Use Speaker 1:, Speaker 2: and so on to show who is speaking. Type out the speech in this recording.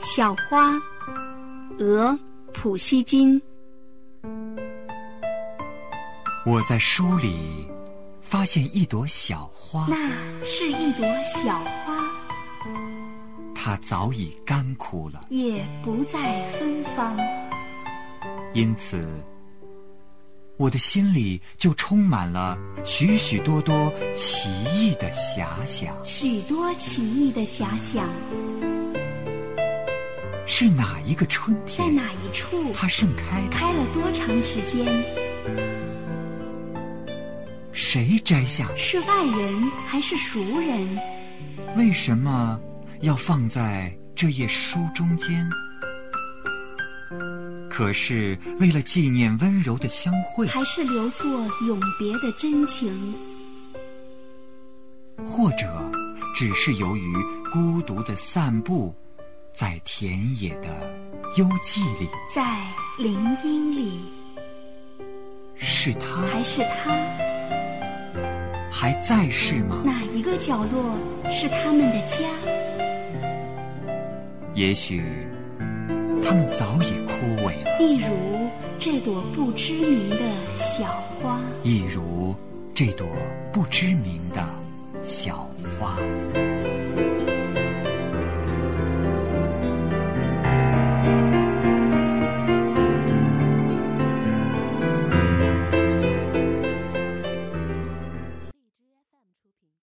Speaker 1: 小花，俄·普希金。
Speaker 2: 我在书里发现一朵小花，
Speaker 1: 那是一朵小花，
Speaker 2: 它早已干枯了，
Speaker 1: 也不再芬芳。
Speaker 2: 因此，我的心里就充满了许许多多奇异的遐想。
Speaker 1: 许多奇异的遐想，
Speaker 2: 是哪一个春
Speaker 1: 在
Speaker 2: 天，
Speaker 1: 哪一处
Speaker 2: 它盛开的？
Speaker 1: 开了多长时间？
Speaker 2: 谁摘下的？
Speaker 1: 是外人还是熟人？
Speaker 2: 为什么要放在这页书中间？可是为了纪念温柔的相会，
Speaker 1: 还是留作永别的真情？
Speaker 2: 或者只是由于孤独的散步，在田野的幽寂里，
Speaker 1: 在林荫里，
Speaker 2: 是它
Speaker 1: 还是他？
Speaker 2: 还在世吗？
Speaker 1: 哪一个角落是他们的家？
Speaker 2: 也许它们早已枯萎了，
Speaker 1: 例如这朵不知名的小花。
Speaker 2: 一如这朵不知名的小花。